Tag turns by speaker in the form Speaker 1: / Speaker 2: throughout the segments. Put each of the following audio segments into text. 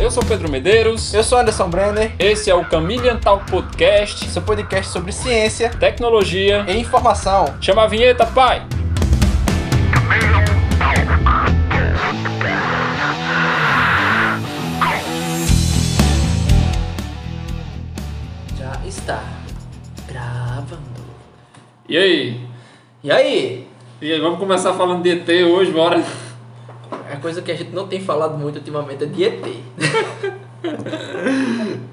Speaker 1: Eu sou Pedro Medeiros.
Speaker 2: Eu sou Anderson Brenner.
Speaker 1: Esse é o Camilian Talk Podcast,
Speaker 2: Seu podcast sobre ciência
Speaker 1: tecnologia.
Speaker 2: e informação.
Speaker 1: Chama a vinheta, pai!
Speaker 2: Já está gravando.
Speaker 1: E aí?
Speaker 2: E aí?
Speaker 1: E aí, vamos começar falando de ET hoje, bora?
Speaker 2: A É coisa que a gente não tem falado muito ultimamente é de ET.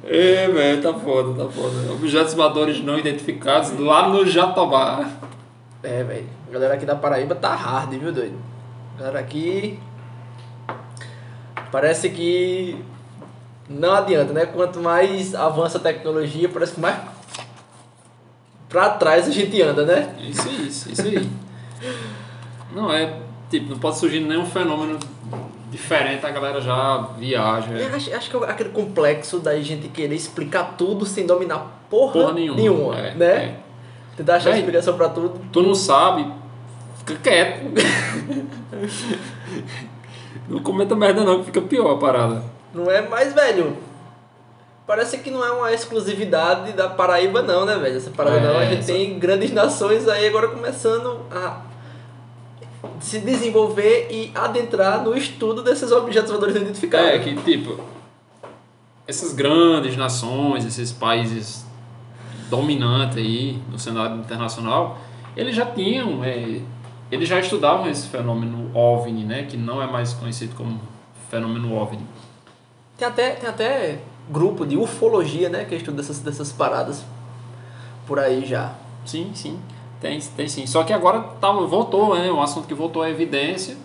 Speaker 1: É, velho, tá foda, tá foda. Objetos voadores não identificados lá no Jatobá.
Speaker 2: É, velho. A galera aqui da Paraíba tá hard, viu, doido? A galera aqui. Parece que. Não adianta, né? Quanto mais avança a tecnologia, parece que mais. Pra trás a gente anda, né?
Speaker 1: Isso aí, isso, isso aí. Não é, tipo, não pode surgir nenhum fenômeno diferente, a galera já viaja.
Speaker 2: É, acho, acho que é aquele complexo da gente querer explicar tudo sem dominar porra,
Speaker 1: Porra nenhuma, é,
Speaker 2: né?
Speaker 1: é.
Speaker 2: Tentar achar
Speaker 1: Véi.
Speaker 2: explicação pra tudo.
Speaker 1: Tu não sabe, fica quieto. não comenta merda não, que fica pior a parada.
Speaker 2: Não é mais, velho. Parece que não é uma exclusividade da Paraíba, não, né, velho? Essa parada
Speaker 1: É,
Speaker 2: não. A gente
Speaker 1: essa-
Speaker 2: tem grandes nações aí agora começando a se desenvolver e adentrar no estudo desses objetos voadores não identificados.
Speaker 1: É, que tipo, essas grandes nações, esses países dominantes aí no cenário internacional, eles já tinham, é, eles já estudavam esse fenômeno OVNI, né? Que não é mais conhecido como fenômeno OVNI.
Speaker 2: Tem até, tem até grupo de ufologia, né, que estuda essas, dessas paradas por aí já.
Speaker 1: Sim, sim. Tem, tem sim. Só que agora tá, voltou, né? Um assunto que voltou à evidência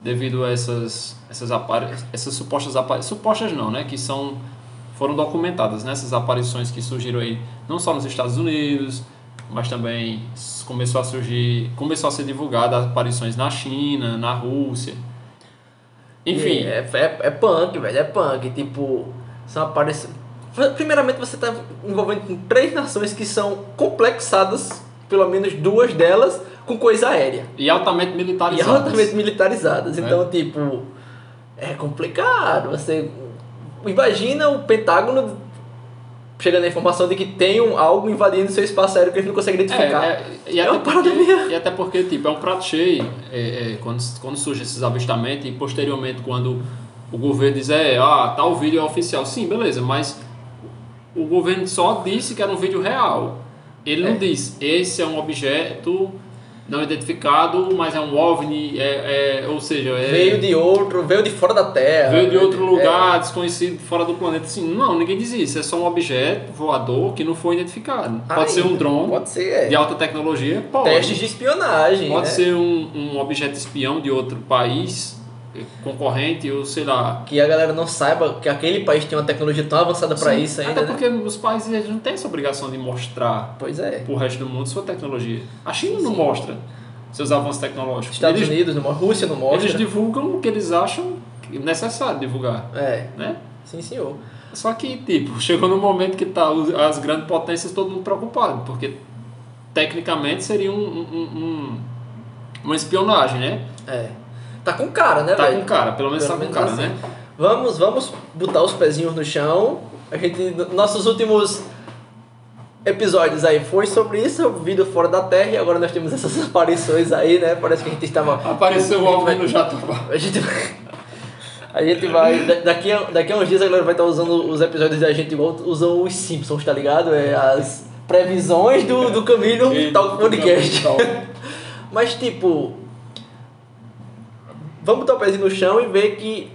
Speaker 1: devido a essas, essas, apari essas supostas aparições. Supostas não, né? Que são, foram documentadas, né? Essas aparições que surgiram aí, não só nos Estados Unidos, mas também s- começou a surgir, começou a ser divulgada aparições na China, na Rússia. Enfim,
Speaker 2: E É, é, é punk, velho. É punk. Tipo, são aparece. Primeiramente, você tá envolvendo com três nações que são complexadas, pelo menos duas delas, com coisa aérea.
Speaker 1: e altamente
Speaker 2: E
Speaker 1: militarizadas.
Speaker 2: altamente militarizadas.
Speaker 1: Né?
Speaker 2: Então, tipo, é complicado. Você imagina o Pentágono chegando à informação de que tem um, algo invadindo seu espaço aéreo que eles não conseguem identificar.
Speaker 1: É, é, e,
Speaker 2: É
Speaker 1: até
Speaker 2: uma parada
Speaker 1: porque,
Speaker 2: meio-
Speaker 1: e até porque, tipo, é um prato cheio é, é, quando, quando surgem esses avistamentos e posteriormente quando o governo diz, é, ah, tal vídeo é oficial. Sim, beleza, mas o governo só disse que era um vídeo real. Ele
Speaker 2: É.
Speaker 1: não diz, esse é um objeto não identificado, mas é um OVNI, é, é, ou seja, é,
Speaker 2: Veio de outro, veio de fora da Terra.
Speaker 1: veio de outro
Speaker 2: é,
Speaker 1: lugar, desconhecido, fora do planeta. Assim, não, ninguém diz isso, é só um objeto voador que não foi identificado. Pode ser um
Speaker 2: ainda.
Speaker 1: drone
Speaker 2: Ah, é. Pode ser, é.
Speaker 1: de alta tecnologia, pode.
Speaker 2: Testes de espionagem.
Speaker 1: Pode
Speaker 2: né?
Speaker 1: ser um, um objeto espião de outro país eh, concorrente ou sei lá.
Speaker 2: Que a galera não saiba que aquele país tem uma tecnologia tão avançada
Speaker 1: Sim,
Speaker 2: pra
Speaker 1: Ah, tá
Speaker 2: isso ainda.
Speaker 1: Até
Speaker 2: né?
Speaker 1: porque os países eles não têm essa obrigação de mostrar
Speaker 2: Pois é.
Speaker 1: pro resto do mundo sua tecnologia. A China
Speaker 2: Sim,
Speaker 1: não
Speaker 2: sim.
Speaker 1: mostra seus avanços tecnológicos.
Speaker 2: Estados
Speaker 1: eles,
Speaker 2: Unidos, não mostra, Rússia não mostra.
Speaker 1: eles divulgam o que eles acham necessário divulgar,
Speaker 2: É,
Speaker 1: né?
Speaker 2: sim senhor.
Speaker 1: Só que, tipo, chegou no momento que tá os- as grandes potências todo mundo preocupado, porque tecnicamente seria um, um- um- uma espionagem, né?
Speaker 2: É. Tá com cara, né,
Speaker 1: tá
Speaker 2: velho?
Speaker 1: com cara, pelo menos
Speaker 2: Pelo
Speaker 1: tá com
Speaker 2: menos
Speaker 1: cara,
Speaker 2: assim.
Speaker 1: né?
Speaker 2: Vamos, vamos botar os pezinhos no chão. A gente, nossos últimos episódios aí foi sobre isso, o vídeo fora da Terra, e agora nós temos essas aparições aí, né? Parece que a gente estava
Speaker 1: Apareceu o OVNI no Jatobá.
Speaker 2: A gente vai. A gente vai. da- Daqui a, daqui a uns dias a galera vai estar usando os episódios da gente igual usam os Simpsons, tá ligado? É as previsões do, do Camilo
Speaker 1: é um
Speaker 2: Talk É um Podcast. Mas tipo. Vamos botar o pezinho no chão e ver que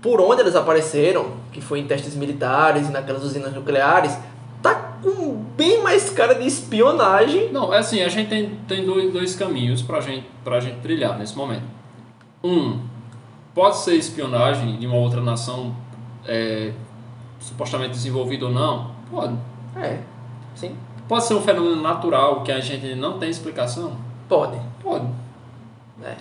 Speaker 2: por onde elas apareceram, que foi em testes militares e naquelas usinas nucleares, tá com bem mais cara de espionagem.
Speaker 1: Não, é assim, a gente tem, tem dois, dois caminhos pra gente, pra gente trilhar nesse momento. Um, pode ser espionagem de uma outra nação é, supostamente desenvolvida ou não? Pode.
Speaker 2: É, sim.
Speaker 1: Pode ser um fenômeno natural que a gente não tem explicação?
Speaker 2: Pode.
Speaker 1: Pode.
Speaker 2: É.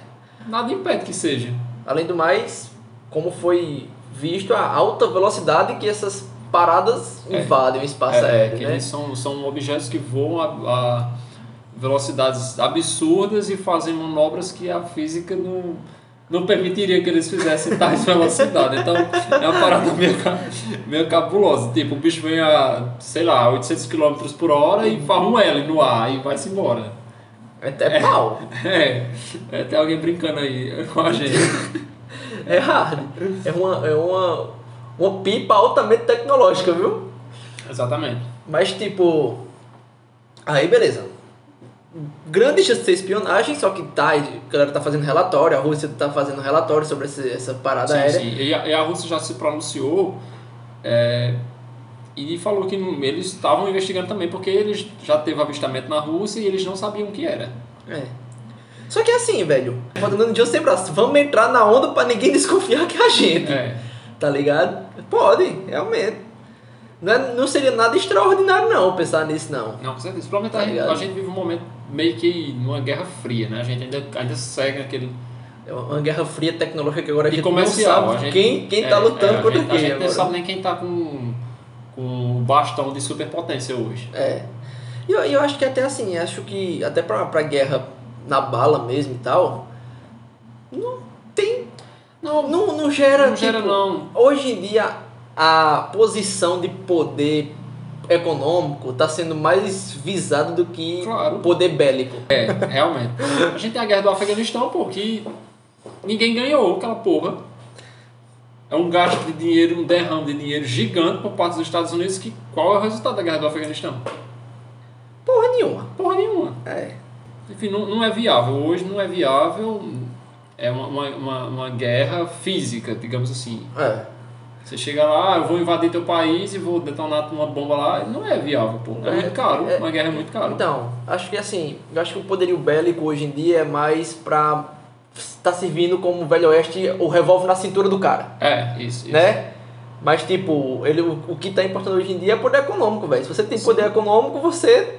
Speaker 1: Nada impede que seja.
Speaker 2: Além do mais, como foi visto a alta velocidade que essas paradas
Speaker 1: É.
Speaker 2: invadem o espaço
Speaker 1: é,
Speaker 2: aéreo,
Speaker 1: que
Speaker 2: né?
Speaker 1: eles são, são objetos que voam a, a velocidades absurdas e fazem manobras que a física não, não permitiria que eles fizessem tais velocidades. Então é uma parada meio, ca- meio cabulosa. Tipo, o bicho vem a, sei lá, 800 km por hora e farra um L no ar e vai-se embora.
Speaker 2: É, é pau.
Speaker 1: É, é, tem alguém brincando aí com a gente.
Speaker 2: É hard. É uma, é uma, uma pipa altamente tecnológica, viu?
Speaker 1: Exatamente.
Speaker 2: Mas tipo. Aí beleza. Grande chance de ser espionagem, só que tá, a galera tá fazendo relatório, a Rússia tá fazendo relatório sobre esse- essa parada
Speaker 1: Sim,
Speaker 2: aérea.
Speaker 1: sim. E a, e a Rússia já se pronunciou é, e falou que não- eles estavam investigando também porque eles já teve avistamento na Rússia e eles não sabiam o que era.
Speaker 2: É. Só que é assim, velho. Falando de sem braço, vamos entrar na onda pra ninguém desconfiar que é a gente.
Speaker 1: É,
Speaker 2: Tá ligado? Pode, realmente. Não, é- não seria nada extraordinário, não, pensar nisso, não.
Speaker 1: não, com certeza. Provavelmente
Speaker 2: Tá
Speaker 1: a gente-
Speaker 2: ligado.
Speaker 1: a gente vive um momento meio que numa guerra fria, né? A gente ainda, ainda segue aquele.
Speaker 2: É uma uma guerra fria tecnológica que agora a
Speaker 1: E
Speaker 2: gente
Speaker 1: comercial.
Speaker 2: não
Speaker 1: a
Speaker 2: sabe
Speaker 1: gente-
Speaker 2: quem, quem tá
Speaker 1: é,
Speaker 2: lutando
Speaker 1: é, a
Speaker 2: contra
Speaker 1: gente,
Speaker 2: quem.
Speaker 1: A gente não
Speaker 2: agora.
Speaker 1: sabe nem quem tá com, com o bastão de superpotência hoje.
Speaker 2: É. E eu, e eu acho que até assim, acho que até pra, pra guerra na bala mesmo e tal, não tem. Não, não, não gera.
Speaker 1: não gera,
Speaker 2: tipo,
Speaker 1: não.
Speaker 2: Hoje em dia, a posição de poder econômico tá sendo mais visada do que
Speaker 1: Claro.
Speaker 2: poder bélico.
Speaker 1: É, realmente. A gente tem a guerra do Afeganistão, pô, que ninguém ganhou aquela porra. É um gasto de dinheiro, um derrame de dinheiro gigante por parte dos Estados Unidos. Que, qual é o resultado da guerra do Afeganistão?
Speaker 2: Porra nenhuma.
Speaker 1: Porra nenhuma.
Speaker 2: É.
Speaker 1: Enfim, não, não é viável. Hoje não é viável. É uma, uma, uma, uma guerra física, digamos assim.
Speaker 2: É.
Speaker 1: Você chega lá, ah, eu vou invadir teu país e vou detonar uma bomba lá. Não é viável, pô. É muito caro.
Speaker 2: É.
Speaker 1: Uma guerra é muito caro.
Speaker 2: Então, acho que assim, eu acho que o poderio bélico hoje em dia é mais pra. tá servindo como o Velho Oeste o revólver na cintura do cara.
Speaker 1: É, isso. isso.
Speaker 2: Então- né? Mas, tipo, ele, o, o que tá importando hoje em dia é poder econômico, velho. Se você tem poder econômico, você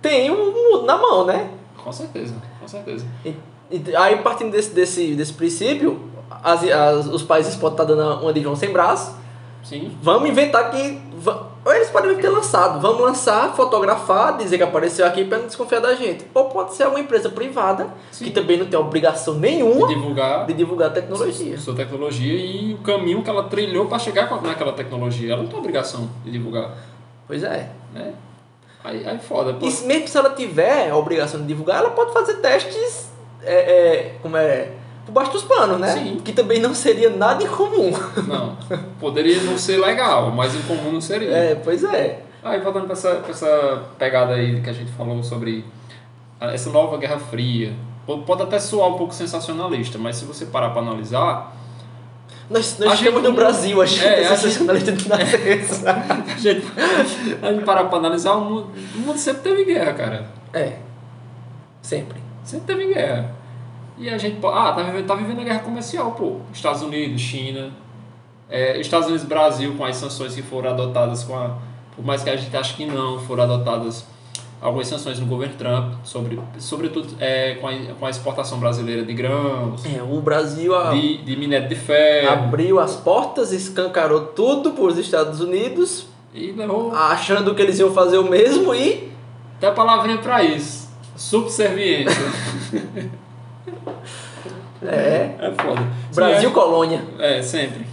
Speaker 2: tem um mundo na mão, né?
Speaker 1: Com certeza, com certeza.
Speaker 2: E, e aí, partindo desse, desse, desse princípio, as, as- os países podem estar dando uma de João sem braço.
Speaker 1: Sim.
Speaker 2: Vamos inventar que... va- Ou eles podem ter lançado. Vamos lançar, fotografar, dizer que apareceu aqui pra não desconfiar da gente. Ou pode ser uma empresa privada, que
Speaker 1: Sim.
Speaker 2: também não tem obrigação nenhuma
Speaker 1: Divulgar
Speaker 2: de divulgar a tecnologia.
Speaker 1: sua tecnologia e o caminho que ela trilhou para chegar com- naquela tecnologia. Ela não tem obrigação de divulgar,
Speaker 2: Pois é.
Speaker 1: né? Aí, aí foda, pô.
Speaker 2: E se- mesmo se ela tiver a obrigação de divulgar, ela pode fazer testes é, é, como é, por baixo dos panos, né?
Speaker 1: Sim.
Speaker 2: Que também não seria nada incomum.
Speaker 1: Não, poderia não ser legal, mas em comum não seria.
Speaker 2: É, pois é.
Speaker 1: Aí voltando para essa, pra essa pegada aí que a gente falou sobre a- essa nova Guerra Fria. Pô- Pode até soar um pouco sensacionalista, mas se você parar para analisar,
Speaker 2: Nós, nós
Speaker 1: A
Speaker 2: estamos
Speaker 1: gente
Speaker 2: no
Speaker 1: não-
Speaker 2: Brasil, a gente
Speaker 1: É,
Speaker 2: é,
Speaker 1: a gente-
Speaker 2: sensacionalista de nascença.
Speaker 1: a gente, a gente parar para analisar, o mundo, o mundo sempre teve guerra, cara.
Speaker 2: É. Sempre.
Speaker 1: Sempre teve guerra. é. E a gente, po- ah, tá vivendo, tá vivendo a guerra comercial, pô. Estados Unidos, China, é, Estados Unidos, Brasil, com as sanções que foram adotadas, com a, por mais que a gente ache que não, foram adotadas algumas sanções no governo Trump, sobre, sobretudo é, com, a, com a exportação brasileira de grãos,
Speaker 2: É, o Brasil a-
Speaker 1: de, de minério de
Speaker 2: É.
Speaker 1: ferro,
Speaker 2: abriu as portas, escancarou tudo para os Estados Unidos,
Speaker 1: e levou
Speaker 2: achando que eles iam fazer o mesmo e.
Speaker 1: até palavrinha pra isso. Subserviência.
Speaker 2: É.
Speaker 1: é foda.
Speaker 2: Brasil colônia.
Speaker 1: É, sempre.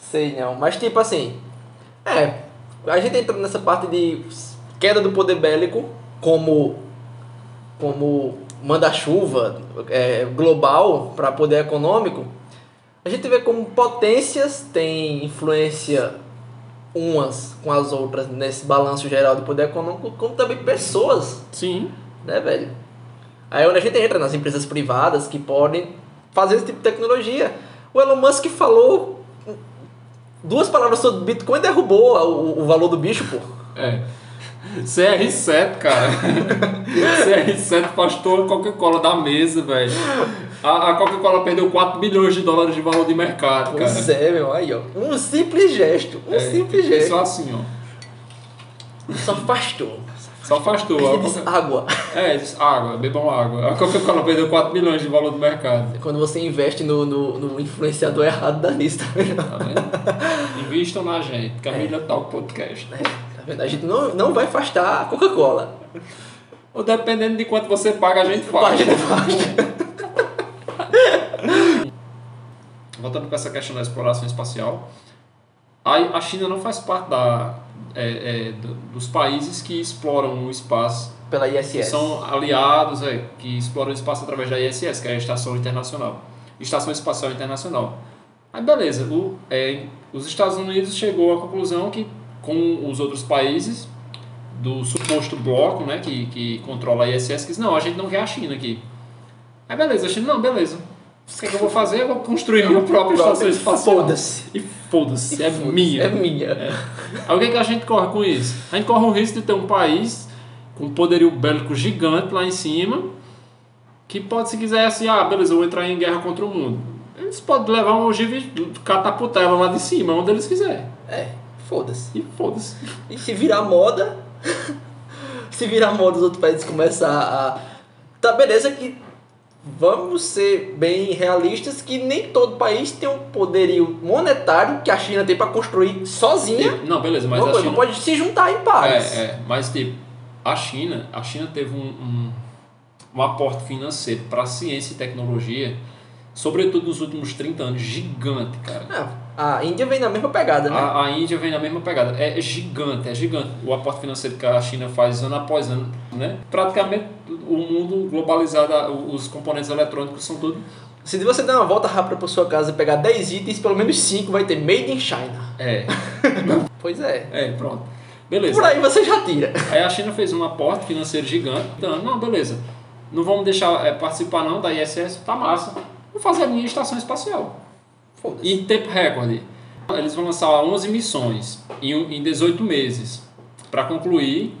Speaker 2: Sei não, mas tipo assim, é, a gente entra nessa parte de queda do poder bélico como como manda-chuva é, global para poder econômico. A gente vê como potências têm influência umas com as outras nesse balanço geral do poder econômico, como também pessoas
Speaker 1: Sim.
Speaker 2: né, velho? Aí é onde a gente entra nas empresas privadas que podem fazer esse tipo de tecnologia. O Elon Musk falou duas palavras sobre Bitcoin e derrubou o, o valor do bicho, pô.
Speaker 1: É. CR7, cara. CR7 pastor Coca-Cola da mesa, velho. A, a Coca-Cola perdeu 4 bilhões de dólares de valor de mercado, cara.
Speaker 2: Pois é, meu, aí, ó. Um simples gesto, um
Speaker 1: É,
Speaker 2: simples
Speaker 1: tem
Speaker 2: gesto.
Speaker 1: Só assim, ó.
Speaker 2: Só
Speaker 1: um
Speaker 2: pastor.
Speaker 1: Só pastor.
Speaker 2: Ele
Speaker 1: A
Speaker 2: disse
Speaker 1: Coca...
Speaker 2: água.
Speaker 1: É, diz, água, bebam água. A Coca-Cola perdeu 4 bilhões de valor de mercado.
Speaker 2: Quando você investe no, no, no influenciador errado da lista, tá vendo?
Speaker 1: Tá vendo? Invistam na gente, Camila Talk Podcast.
Speaker 2: É, tá vendo? A gente não, não vai afastar a Coca-Cola.
Speaker 1: Ou dependendo de quanto você paga, a gente faz.
Speaker 2: A gente afasta.
Speaker 1: voltando para essa questão da exploração espacial, a, a China não faz parte da, é, é, do- dos países que exploram o espaço,
Speaker 2: Pela
Speaker 1: que
Speaker 2: ISS.
Speaker 1: são aliados, é, que exploram o espaço através da ISS, que é a Estação Internacional, Estação Espacial Internacional. Aí beleza, o, é, os Estados Unidos chegou à conclusão que com os outros países do suposto bloco, né, que, que controla a ISS, que diz, não, a gente não quer a China aqui. Aí beleza, a China, não, beleza. O que, é que eu vou fazer? Eu vou construir minha própria estação espacial.
Speaker 2: Foda-se.
Speaker 1: E foda-se, é
Speaker 2: Foda-se.
Speaker 1: minha.
Speaker 2: É minha.
Speaker 1: Aí o que, que a gente corre com isso? A gente corre o risco de ter um país com um poderio bélico gigante lá em cima, que pode, se quiser, assim, ah, beleza, eu vou entrar em guerra contra o mundo. Eles podem levar um ogive catapultar ela lá de cima, onde eles quiserem.
Speaker 2: É, foda-se.
Speaker 1: E foda-se.
Speaker 2: E se virar moda, se virar moda os outros países começar a. Tá, beleza que vamos ser bem realistas que nem todo país tem um poderio monetário que a China tem pra construir sozinha.
Speaker 1: Não, beleza, mas
Speaker 2: Uma
Speaker 1: a
Speaker 2: coisa,
Speaker 1: China...
Speaker 2: não pode se juntar em pares.
Speaker 1: É, é, mas tipo, a China, a China teve um, um, um aporte financeiro para ciência e tecnologia, sobretudo nos últimos 30 anos, gigante, cara.
Speaker 2: Ah, a Índia vem na mesma pegada, né?
Speaker 1: A, a Índia vem na mesma pegada. É gigante, é gigante. O aporte financeiro que a China faz ano após ano, né? Praticamente o mundo globalizado, a- os componentes eletrônicos são tudo.
Speaker 2: Se você der uma volta rápida pra sua casa e pegar 10 itens, pelo menos 5 vai ter Made in China.
Speaker 1: É,
Speaker 2: Pois é.
Speaker 1: é, pronto.
Speaker 2: Por
Speaker 1: Beleza.
Speaker 2: aí você já tira.
Speaker 1: Aí a China fez um aporte financeiro gigante. Então, não, beleza. Não vamos deixar é, participar não da ISS, tá massa. Vou fazer a minha estação espacial.
Speaker 2: Foda-se.
Speaker 1: Em tempo recorde. Eles vão lançar 11 missões em, um- em 18 meses para concluir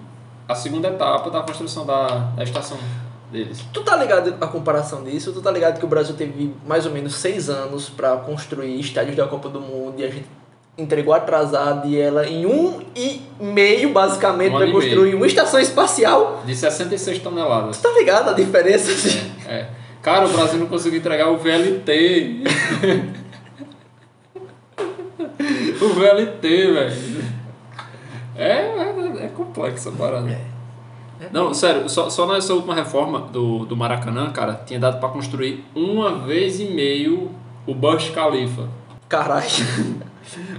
Speaker 1: a segunda etapa da construção da, da estação deles.
Speaker 2: Tu tá ligado a comparação disso? Tu tá ligado que o Brasil teve mais ou menos seis anos pra construir estádios da Copa do Mundo e a gente entregou atrasado e ela em um e meio, basicamente,
Speaker 1: Um
Speaker 2: pra
Speaker 1: ano e
Speaker 2: construir uma estação espacial?
Speaker 1: De 66 toneladas.
Speaker 2: Tu tá ligado a diferença? assim?
Speaker 1: É. Cara, o Brasil não conseguiu entregar o VLT. o VLT, velho. É, é, é complexa a parada. Não, sério, só, só nessa última reforma do, do Maracanã, cara, tinha dado pra construir uma vez e meio o Burj Khalifa.
Speaker 2: Caralho.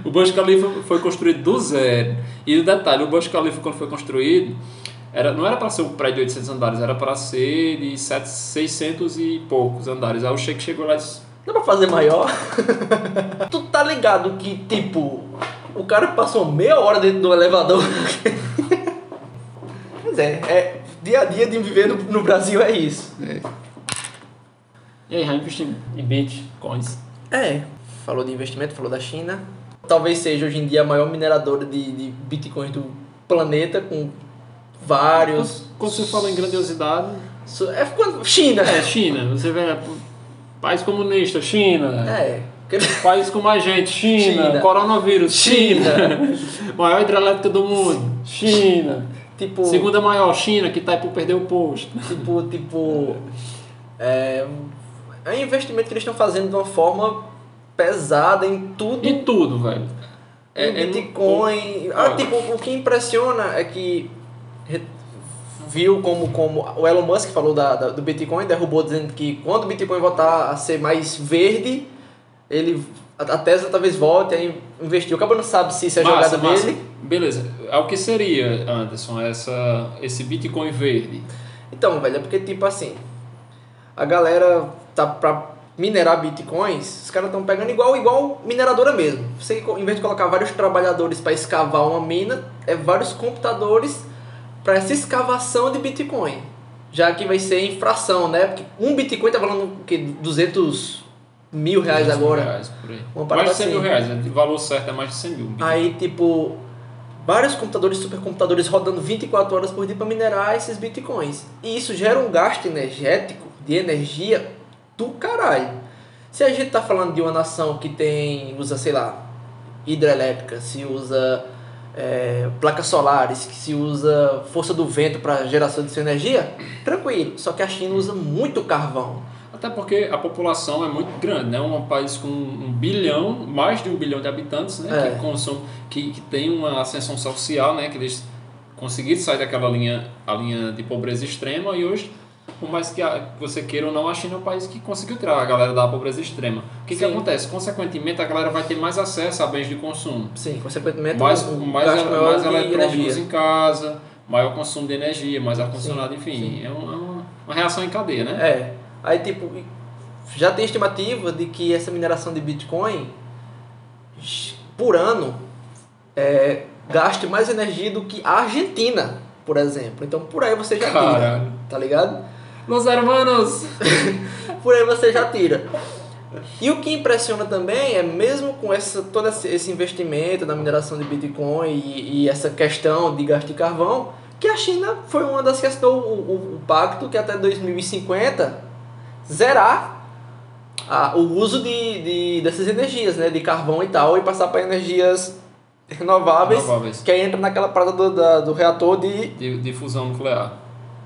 Speaker 1: O Burj Khalifa foi construído do zero. E o detalhe, o Burj Khalifa quando foi construído, era, não era para ser um prédio de 800 andares, era para ser de 700, 600 e poucos andares. Aí o Sheik chegou lá e disse,
Speaker 2: Dá pra fazer maior? tu tá ligado que, tipo, o cara passou meia hora dentro do elevador? pois é, é. Dia a dia de viver no, no Brasil é isso.
Speaker 1: e aí, já investi em bitcoins.
Speaker 2: É, falou de investimento, falou da China. Talvez seja hoje em dia a maior mineradora de, de bitcoins do planeta, com vários.
Speaker 1: Quando você fala em grandiosidade...
Speaker 2: su- É quando- China!
Speaker 1: É, China, você vê... é, País comunista, China.
Speaker 2: É.
Speaker 1: País com mais gente, China.
Speaker 2: China.
Speaker 1: Coronavírus, China. maior hidrelétrica do mundo, China.
Speaker 2: Tipo,
Speaker 1: Segunda maior, China, que tá aí por perder o posto.
Speaker 2: tipo, tipo. É, é um investimento que eles estão fazendo de uma forma pesada em tudo.
Speaker 1: E tudo, velho. É,
Speaker 2: em
Speaker 1: Uhum.
Speaker 2: Bitcoin. ah,
Speaker 1: olha.
Speaker 2: tipo, o que impressiona é que re- viu como, como o Elon Musk falou da, da- do Bitcoin, derrubou dizendo que quando o Bitcoin voltar a ser mais verde, ele a, a Tesla talvez volte a in- investir. O cara não sabe se isso é
Speaker 1: Massa,
Speaker 2: jogada
Speaker 1: massa.
Speaker 2: dele.
Speaker 1: Beleza. É o que seria, Anderson, essa, esse Bitcoin verde?
Speaker 2: Então, velho, é porque tipo assim, a galera tá pra minerar bitcoins, os caras estão pegando igual igual mineradora mesmo. Você co- em vez de colocar vários trabalhadores para escavar uma mina, é vários computadores para essa escavação de bitcoin. Já que vai ser infração, né? Porque um bitcoin tá valendo o quê? 200 mil reais agora.
Speaker 1: Reais, por aí.
Speaker 2: Uma parada
Speaker 1: Mais de 100 mil
Speaker 2: assim.
Speaker 1: reais. né? O valor certo é mais de 100 mil. Bitcoin.
Speaker 2: Aí, tipo, vários computadores, supercomputadores rodando 24 horas por dia para minerar esses bitcoins. E isso gera um gasto energético, de energia, do caralho. Se a gente tá falando de uma nação que tem, usa, sei lá, hidrelétrica, se usa é, placas solares, que se usa força do vento para geração de sua energia, tranquilo. Só que a China usa muito carvão.
Speaker 1: Até porque a população é muito grande, né? Um país com um bilhão, mais de um bilhão de habitantes, né?
Speaker 2: É.
Speaker 1: Que, consome, que, que tem uma ascensão social, né? Que eles conseguiram sair daquela linha, a linha de pobreza extrema e hoje por mais que a- que você queira ou não, a China é um país que conseguiu tirar a galera da pobreza extrema. O que, que
Speaker 2: Sim.
Speaker 1: acontece? Consequentemente, a galera vai ter mais acesso a bens de consumo.
Speaker 2: Sim, consequentemente,
Speaker 1: Mais,
Speaker 2: um
Speaker 1: mais,
Speaker 2: gasto maior
Speaker 1: mais
Speaker 2: de
Speaker 1: eletrônicos
Speaker 2: energia.
Speaker 1: em casa, maior consumo de energia, mais ar-condicionado,
Speaker 2: Sim,
Speaker 1: enfim. É uma, é uma- uma reação em cadeia, né?
Speaker 2: É. Aí, tipo, já tem estimativa de que essa mineração de Bitcoin, por ano, é, gaste mais energia do que a Argentina, por exemplo. Então, por aí você já
Speaker 1: Caralho.
Speaker 2: tira, tá ligado?
Speaker 1: Los hermanos!
Speaker 2: Por aí você já tira. E o que impressiona também é, mesmo com essa, todo esse esse investimento na mineração de Bitcoin e, e essa questão de gasto de carvão, que a China foi uma das que assinou o, o- o pacto que até 2050 zerar a- o uso de, de- dessas energias, né, de carvão e tal, e passar para energias renováveis,
Speaker 1: Renováveis.
Speaker 2: que aí entra naquela parada do, da- do reator de,
Speaker 1: De, de fusão nuclear.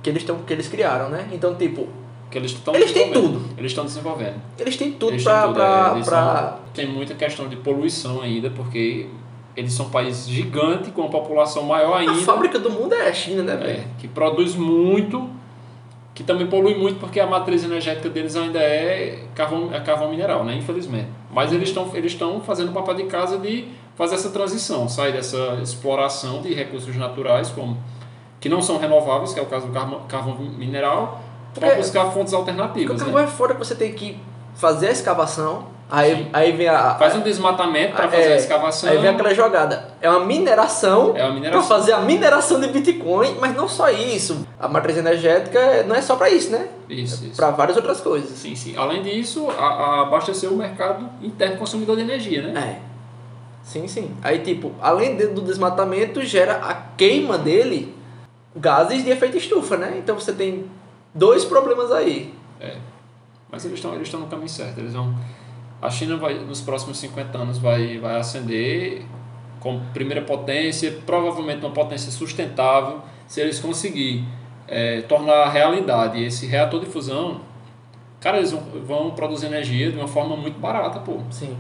Speaker 2: que, eles tão, que eles criaram, né? Então, tipo,
Speaker 1: Que eles estão
Speaker 2: Eles têm
Speaker 1: Eles estão desenvolvendo.
Speaker 2: eles têm tudo
Speaker 1: Eles têm tudo, é,
Speaker 2: para...
Speaker 1: eles são- Tem muita questão de poluição ainda, porque eles são um país gigante, com uma população maior
Speaker 2: A
Speaker 1: ainda.
Speaker 2: fábrica do mundo é a China, né, velho?
Speaker 1: É, que produz muito, que também polui muito porque a matriz energética deles ainda é carvão, é carvão mineral, né? Infelizmente. Mas eles estão eles estão fazendo o papel de casa de fazer essa transição, sair dessa exploração de recursos naturais como que não são renováveis, que é o caso do carvão, carvão mineral, para
Speaker 2: Porque-
Speaker 1: buscar fontes
Speaker 2: Porque o
Speaker 1: alternativas.
Speaker 2: carvão
Speaker 1: Né?
Speaker 2: é fora que você tem que fazer a escavação, aí, aí vem a.
Speaker 1: Faz um desmatamento para
Speaker 2: a-
Speaker 1: fazer
Speaker 2: é,
Speaker 1: a escavação.
Speaker 2: Aí vem aquela jogada. É uma mineração.
Speaker 1: É uma mineração.
Speaker 2: Pra fazer a mineração de Bitcoin, mas não só isso. A matriz energética não é só pra isso, né?
Speaker 1: Isso, isso.
Speaker 2: Pra várias outras coisas.
Speaker 1: Sim, sim. Além disso, a, a abastecer o mercado interno consumidor de energia, né?
Speaker 2: É. Sim, sim. Aí, tipo, além de- do desmatamento, gera a queima dele gases de efeito estufa, né? Então você tem dois problemas aí.
Speaker 1: Mas eles estão eles estão no caminho certo. Eles vão a China vai nos próximos 50 anos vai vai ascender como primeira potência, provavelmente uma potência sustentável, se eles conseguirem eh, tornar realidade esse reator de fusão. Cara, eles vão, vão produzir energia de uma forma muito barata, pô.
Speaker 2: Sim.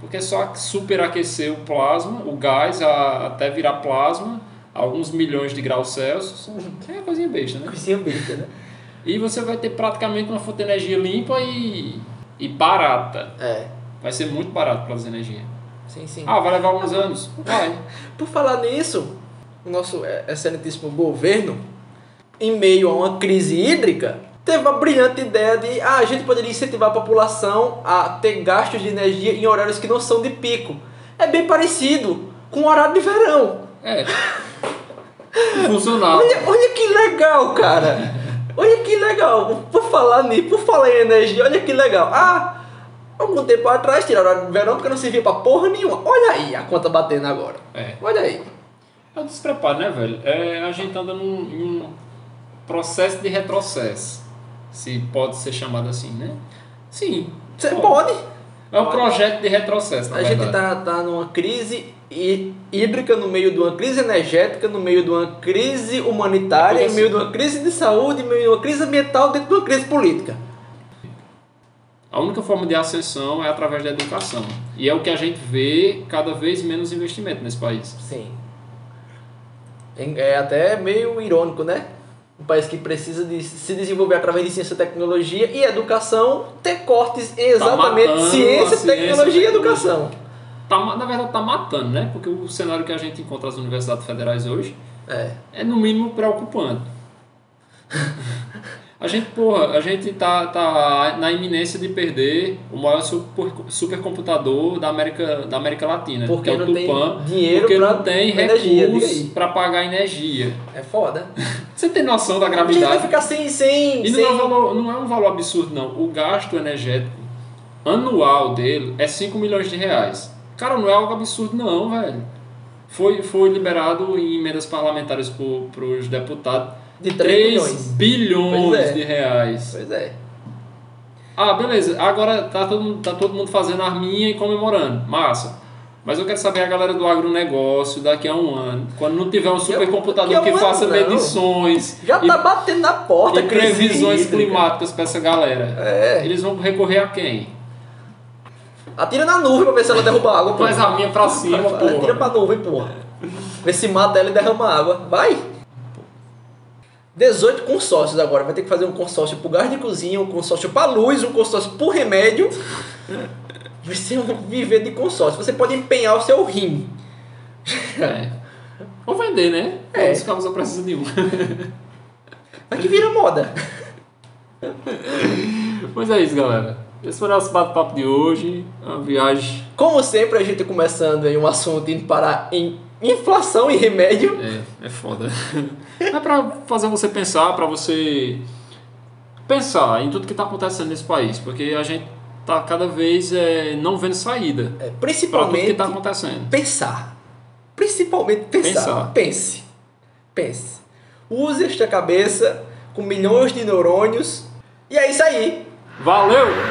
Speaker 1: Porque só superaquecer o plasma, o gás, a- até virar plasma, alguns milhões de graus Celsius, é uma coisinha besta, né?
Speaker 2: Coisinha besta, né?
Speaker 1: E você vai ter praticamente uma fonte de energia limpa e, e barata.
Speaker 2: É.
Speaker 1: Vai ser muito barato para produzir energia.
Speaker 2: Sim, sim.
Speaker 1: Ah, vai levar alguns anos? Vai.
Speaker 2: Por falar nisso, o nosso é, excelentíssimo governo, em meio a uma crise hídrica, teve a brilhante ideia de ah, a gente poderia incentivar a população a ter gastos de energia em horários que não são de pico. É bem parecido com o horário de verão.
Speaker 1: É. Funcional.
Speaker 2: Olha, olha que legal, cara. Olha que legal. Por falar nisso, por falar em energia, olha que legal. Ah, algum tempo atrás tiraram o horário de verão porque não servia pra porra nenhuma. Olha aí a conta batendo agora.
Speaker 1: É.
Speaker 2: Olha aí.
Speaker 1: É um despreparo, né, velho? É, a gente anda num, em um processo de retrocesso. Se pode ser chamado assim, né? Sim.
Speaker 2: Você
Speaker 1: Bom,
Speaker 2: pode.
Speaker 1: É um projeto de retrocesso, na
Speaker 2: A
Speaker 1: verdade.
Speaker 2: gente tá, tá numa crise hí- hídrica no meio de uma crise energética, no meio de uma crise humanitária,
Speaker 1: Porque
Speaker 2: no meio de uma crise de saúde, no meio de uma crise ambiental, dentro de uma crise política.
Speaker 1: A única forma de ascensão é através da educação. E é o que a gente vê cada vez menos investimento nesse país.
Speaker 2: Sim. É até meio irônico, né? Um país que precisa de se desenvolver através de ciência, tecnologia e educação, ter cortes em exatamente
Speaker 1: matando a
Speaker 2: Tá ciência,
Speaker 1: ciência,
Speaker 2: tecnologia e
Speaker 1: tecnologia.
Speaker 2: educação.
Speaker 1: Tá, ma- na verdade, tá matando, né? Porque o cenário que a gente encontra nas universidades federais hoje
Speaker 2: É.
Speaker 1: é, no mínimo, preocupante. A gente, porra, a gente tá, tá na iminência de perder o maior super, supercomputador da América, da América Latina, que
Speaker 2: Porque
Speaker 1: é o
Speaker 2: não tem
Speaker 1: Tupan,
Speaker 2: dinheiro
Speaker 1: porque
Speaker 2: pra
Speaker 1: não tem
Speaker 2: energia,
Speaker 1: recursos
Speaker 2: diga aí.
Speaker 1: para pagar energia.
Speaker 2: É foda.
Speaker 1: Você tem noção da
Speaker 2: A gente vai
Speaker 1: gravidade?
Speaker 2: ficar sem. sem,
Speaker 1: E não
Speaker 2: sem...
Speaker 1: é, um valor, não é um valor absurdo, não. O gasto energético anual dele é 5 milhões de reais. Cara, não é algo absurdo, não, velho. Foi, foi liberado em emendas parlamentares para os deputados
Speaker 2: De
Speaker 1: 3
Speaker 2: 3 milhões.
Speaker 1: bilhões
Speaker 2: Pois é.
Speaker 1: de reais.
Speaker 2: Pois é.
Speaker 1: Ah, beleza. Agora tá todo, mundo- tá todo mundo fazendo arminha e comemorando. Massa. Mas eu quero saber a galera do agronegócio daqui a um ano. Quando não tiver um
Speaker 2: daqui a
Speaker 1: supercomputador
Speaker 2: um
Speaker 1: que
Speaker 2: ano,
Speaker 1: faça
Speaker 2: não.
Speaker 1: medições
Speaker 2: Já
Speaker 1: e
Speaker 2: tá batendo na porta,
Speaker 1: e
Speaker 2: crise
Speaker 1: previsões
Speaker 2: hídrica.
Speaker 1: climáticas para essa galera.
Speaker 2: É.
Speaker 1: Eles vão recorrer a quem?
Speaker 2: Atira na nuvem pra ver se ela derruba água. pô.
Speaker 1: Faz a minha pra cima,
Speaker 2: Atira
Speaker 1: porra.
Speaker 2: pra nuvem, porra. Vê se mata ela e derrama água. Vai! 18 consórcios agora. Vai ter que fazer um consórcio pro gás de cozinha, um consórcio pra luz, um consórcio pro remédio. Você vai um viver de consórcio. Você pode empenhar o seu rim.
Speaker 1: É. Ou vender, né?
Speaker 2: É.
Speaker 1: Os carros não precisam de um.
Speaker 2: Mas que vira moda.
Speaker 1: pois é isso, galera. Esse foi o nosso bate-papo de hoje. Uma viagem.
Speaker 2: Como sempre, a gente começando em um assunto indo parar em inflação e remédio.
Speaker 1: É, é foda. é pra fazer você pensar, pra você pensar em tudo que tá acontecendo nesse país. Porque a gente tá cada vez é, não vendo saída pra
Speaker 2: É,
Speaker 1: tudo que
Speaker 2: principalmente
Speaker 1: tá acontecendo.
Speaker 2: pensar. Principalmente pensar.
Speaker 1: Pensar.
Speaker 2: Pense. Pense. Use esta cabeça com milhões de neurônios. E é isso aí.
Speaker 1: Valeu!